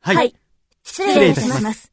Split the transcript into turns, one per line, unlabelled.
はい。
失礼いたします。